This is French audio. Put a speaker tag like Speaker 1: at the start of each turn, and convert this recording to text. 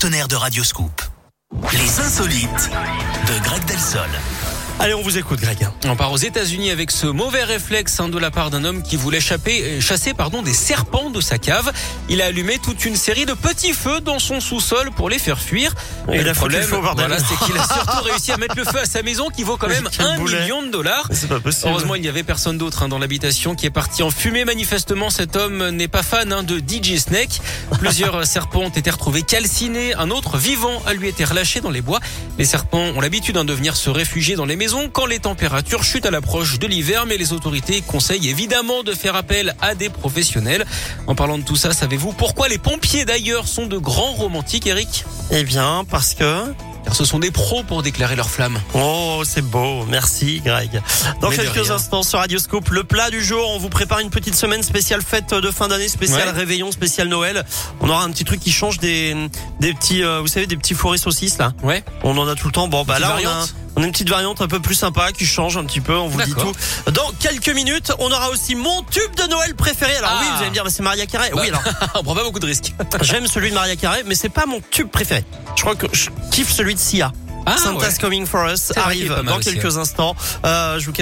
Speaker 1: Tonnerre de Radioscoop. Les insolites de Greg Delsol.
Speaker 2: Allez, on vous écoute, Greg. hein.
Speaker 3: On part aux États-Unis avec ce mauvais réflexe hein, de la part d'un homme qui voulait chapper- euh, chasser pardon, des serpents de sa cave. Il a allumé toute une série de petits feux dans son sous-sol pour les faire fuir.
Speaker 2: Et il
Speaker 3: le
Speaker 2: a foutu le
Speaker 3: problème,
Speaker 2: feu au bordel.
Speaker 3: voilà, c'est qu'il a surtout réussi à mettre le feu à sa maison qui vaut quand même
Speaker 2: Quel
Speaker 3: un
Speaker 2: boulet.
Speaker 3: million de dollars.
Speaker 2: C'est pas possible.
Speaker 3: Heureusement, il n'y avait personne d'autre hein, dans l'habitation qui est parti en fumée. Manifestement, cet homme n'est pas fan hein, de DJ Snake. Plusieurs serpents ont été retrouvés calcinés. Un autre vivant a lui été relâché dans les bois. Les serpents ont l'habitude hein, de venir se réfugier dans les maisons quand les températures chutent à l'approche de l'hiver, mais les autorités conseillent évidemment de faire appel à des professionnels. En parlant de tout ça, savez-vous pourquoi les pompiers d'ailleurs sont de grands romantiques, Eric
Speaker 2: Eh bien, parce que...
Speaker 3: Car ce sont des pros pour déclarer leur flamme.
Speaker 2: Oh, c'est beau. Merci, Greg. Dans
Speaker 3: Mais de
Speaker 2: quelques
Speaker 3: rien.
Speaker 2: instants, sur Radioscope, le plat du jour. On vous prépare une petite semaine spéciale fête de fin d'année, spéciale
Speaker 3: Ouais.
Speaker 2: réveillon, spéciale Noël. On aura un petit truc qui change des, des petits, euh, vous savez, des petits fourrés saucisses, là.
Speaker 3: Ouais.
Speaker 2: On en a tout le temps. Bon, bah
Speaker 3: Petite
Speaker 2: là, on a,
Speaker 3: variante.
Speaker 2: on a une petite variante un peu plus sympa qui change un petit peu. On vous dit tout.
Speaker 3: D'accord.
Speaker 2: Dans quelques minutes, on aura aussi mon tube de Noël préféré. Alors oui,
Speaker 3: Ah.
Speaker 2: vous allez me dire, bah, c'est Maria Carré.
Speaker 3: Bah.
Speaker 2: Oui, alors
Speaker 3: On prend pas beaucoup de risques.
Speaker 2: j'aime celui de Maria Carré, mais c'est pas mon tube préféré. Je crois que je kiffe celui de Sia.
Speaker 3: Ah,
Speaker 2: Santa's Coming for Us
Speaker 3: C'est vrai qu'il est
Speaker 2: arrive
Speaker 3: pas mal
Speaker 2: dans
Speaker 3: aussi, hein.
Speaker 2: quelques instants. Euh, je vous calme